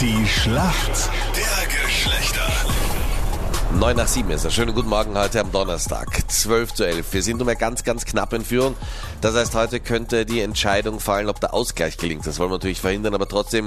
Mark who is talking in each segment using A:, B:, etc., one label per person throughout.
A: Die Schlacht der Geschlechter.
B: 9 nach 7 ist das. Schönen guten Morgen heute am Donnerstag. 12 zu 11. Wir sind nur mehr ganz, ganz knapp in Führung. Das heißt, heute könnte die Entscheidung fallen, ob der Ausgleich gelingt. Das wollen wir natürlich verhindern, aber trotzdem,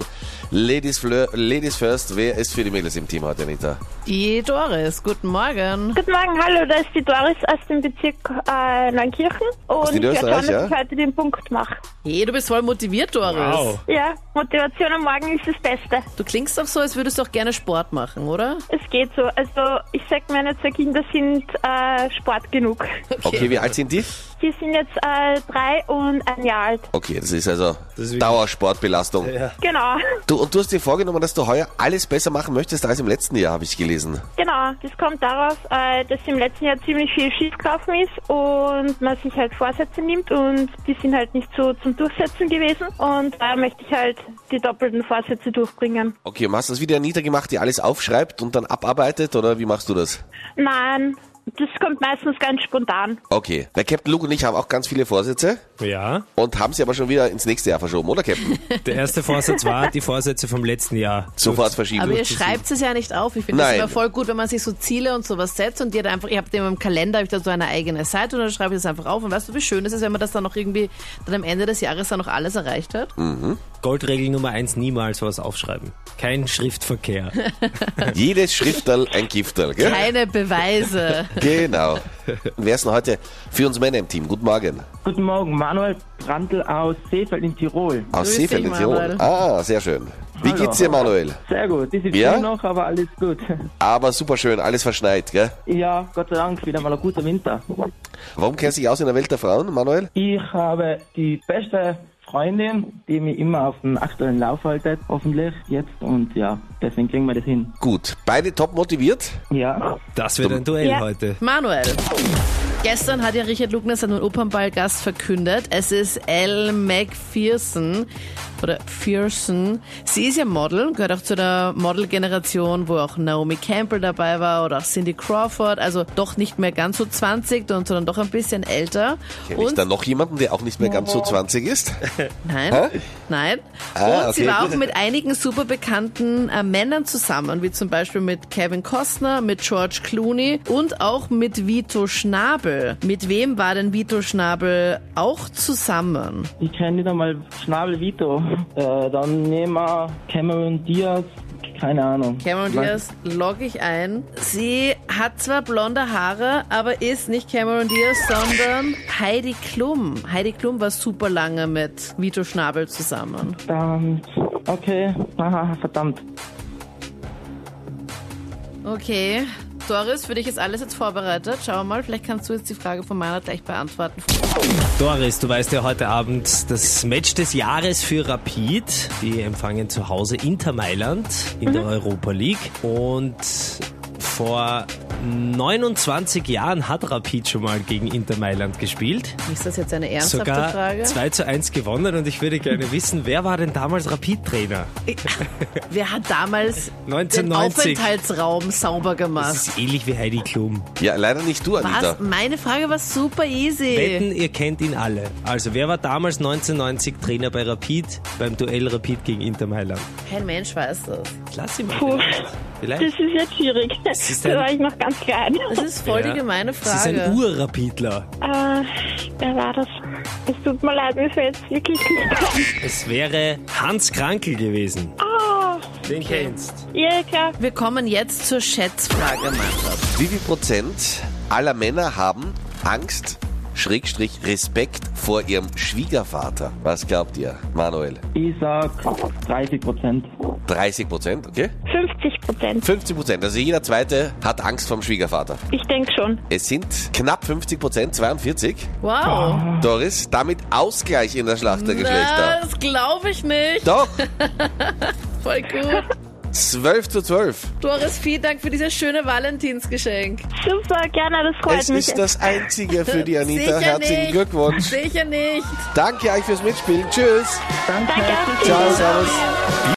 B: Ladies, Fleur, Ladies first. Wer ist für die Mädels im Team heute, Anita?
C: Die Doris, guten Morgen.
D: Guten Morgen, hallo, da ist die Doris aus dem Bezirk äh, Neunkirchen. Und wir
B: Niederösterreich,
D: schauen, dass
B: ja?
D: ich heute den Punkt mache.
C: Hey, du bist voll motiviert, Doris.
E: Wow.
D: Ja, Motivation am Morgen ist das Beste.
C: Du klingst auch so, als würdest du auch gerne Sport machen, oder?
D: Es geht so. Also ich sag meine zwei Kinder sind äh, Sport genug.
B: Okay, wie alt sind die?
D: Die sind jetzt äh, drei und ein Jahr alt.
B: Okay, das ist also
E: ist wirklich-
B: Dauersportbelastung.
E: Ja.
D: Genau,
B: Du, und du hast dir vorgenommen, dass du heuer alles besser machen möchtest als im letzten Jahr, habe ich gelesen.
D: genau. Das kommt daraus, äh, dass im letzten Jahr ziemlich viel schiefgelaufen ist und man sich halt Vorsätze nimmt und die sind halt nicht so zum Durchsetzen gewesen. Und da möchte ich halt die doppelten Vorsätze durchbringen.
B: Okay, und hast du das wieder niedergemacht, die alles aufschreibt und dann abarbeitet, oder wie machst du das?
D: Nein, das kommt meistens ganz spontan.
B: Okay, weil Captain Luke und ich haben auch ganz viele Vorsätze
E: ja.
B: und haben sie aber schon wieder ins nächste Jahr verschoben, oder Captain?
E: Der erste Vorsatz war die Vorsätze vom letzten Jahr.
B: Sofort verschieben.
C: Aber ihr schreibt es ja nicht auf. Ich finde das
B: Nein.
C: immer voll gut, wenn man sich so Ziele und sowas setzt und ihr hat einfach, ihr habt immer im Kalender, habt ihr da so eine eigene Seite und dann schreibe ich das einfach auf. Und weißt du, wie schön es ist, wenn man das dann noch irgendwie dann am Ende des Jahres dann noch alles erreicht hat?
E: Goldregel Nummer eins, niemals was aufschreiben. Kein Schriftverkehr.
B: Jedes Schrifterl ein Gifterl, gell?
C: Keine Beweise.
B: Genau. Wer ist denn heute für uns Männer im Team? Guten Morgen.
F: Guten Morgen, Manuel Brandl aus Seefeld in Tirol.
B: Aus
C: Grüß
B: Seefeld
C: dich,
B: in Tirol.
C: Manuel.
B: Ah, sehr schön. Wie
F: Hallo.
B: geht's dir, Manuel?
F: Sehr gut, die sind
B: Ja?
F: schön noch, aber alles gut.
B: Aber super schön, alles verschneit, gell?
F: Ja, Gott sei Dank, wieder mal ein guter Winter.
B: Warum kennst du dich aus in der Welt der Frauen, Manuel?
F: Ich habe die beste Freundin, die mich immer auf den aktuellen Lauf haltet, hoffentlich jetzt. Und ja, deswegen kriegen wir das hin.
B: Gut. Beide top motiviert.
F: Ja,
E: Das wird ein Duell
D: Ja.
E: heute.
C: Manuel. Gestern hat ja Richard Lugner seinen Opernballgast verkündet. Es ist Elle McPherson oder Pearson. Sie ist ja Model, gehört auch zu der Model-Generation, wo auch Naomi Campbell dabei war oder auch Cindy Crawford. Also doch nicht mehr ganz so 20, sondern doch ein bisschen älter.
B: Kenn ich da noch jemanden, der auch nicht mehr ganz so 20 ist?
C: Nein,
B: Hä?
C: nein.
B: Ah,
C: und sie
B: okay.
C: war auch mit einigen super bekannten äh, Männern zusammen, wie zum Beispiel mit Kevin Costner, mit George Clooney und auch mit Vito Schnabel. Mit wem war denn Vito Schnabel auch zusammen?
F: ich kenne nicht einmal Schnabel Vito. Äh, dann nehmen wir Cameron Diaz, keine Ahnung.
C: Cameron Diaz logge ich ein. Sie hat zwar blonde Haare, aber ist nicht Cameron Diaz, sondern Heidi Klum. Heidi Klum war super lange mit Vito Schnabel zusammen.
F: Verdammt, okay, aha, verdammt.
C: Okay. Doris, für dich ist alles jetzt vorbereitet. Schau mal, vielleicht kannst du jetzt die Frage von meiner gleich beantworten.
E: Doris, du weißt ja heute Abend das Match des Jahres für Rapid. Die empfangen zu Hause Inter Mailand in
C: Mhm.
E: der Europa League. Und vor 29 Jahren hat Rapid schon mal gegen Inter Mailand gespielt.
C: Ist das jetzt eine ernsthafte
E: Sogar
C: Frage?
E: 2 zu 1 gewonnen und ich würde gerne wissen, wer war denn damals Rapid-Trainer?
C: Wer hat damals den
E: 1990.
C: Aufenthaltsraum sauber
E: Das
C: gemacht?
E: ist ähnlich wie Heidi Klum.
B: Ja, leider nicht du, Anita.
C: Was? Meine Frage war super easy.
E: Wetten, ihr kennt ihn alle. Also, wer war damals 1990 Trainer bei Rapid, beim Duell Rapid gegen Inter Mailand?
C: Kein Mensch weiß das.
E: Lass ihn mal.
D: Puh.
E: Vielleicht.
D: das
E: vielleicht.
D: ist jetzt schwierig.
E: ist
D: da
E: ein-
D: war ich noch ganz klein.
C: Das ist voll
E: Ja.
C: die gemeine
E: Das ist
C: Frage.
E: ein Ur-Rapidler.
D: Äh, wer war das? Es tut mir leid, mir fällt jetzt wirklich nicht ein.
E: Es wäre Hans Krankel gewesen.
D: Ah,
E: Den kennst.
D: ja, klar.
C: Wir kommen jetzt zur Schätzfrage, Mannschaft.
B: Wie viel Prozent aller Männer haben Angst, Schrägstrich Respekt vor ihrem Schwiegervater? Was glaubt ihr, Manuel?
F: Ich sag 30 Prozent.
B: 30 Prozent, okay?
D: 50 Prozent.
B: 50 Prozent, also jeder Zweite hat Angst vom Schwiegervater.
D: Ich denke schon.
B: Es sind knapp 50 Prozent, 42.
C: Wow.
B: Doris, damit Ausgleich in der Schlacht der
C: Na,
B: Geschlechter.
C: das glaube ich nicht.
B: Doch,
C: Voll gut.
B: 12 zu 12.
C: Doris, vielen Dank für dieses schöne Valentinsgeschenk.
D: Super, gerne, das freut
B: es
D: mich.
B: ist das Einzige für die Anita.
C: Sicher
B: Herzlichen
C: nicht.
B: Glückwunsch.
C: Sicher nicht.
B: Danke euch fürs Mitspielen. Tschüss.
D: Danke.
B: Ciao, servus.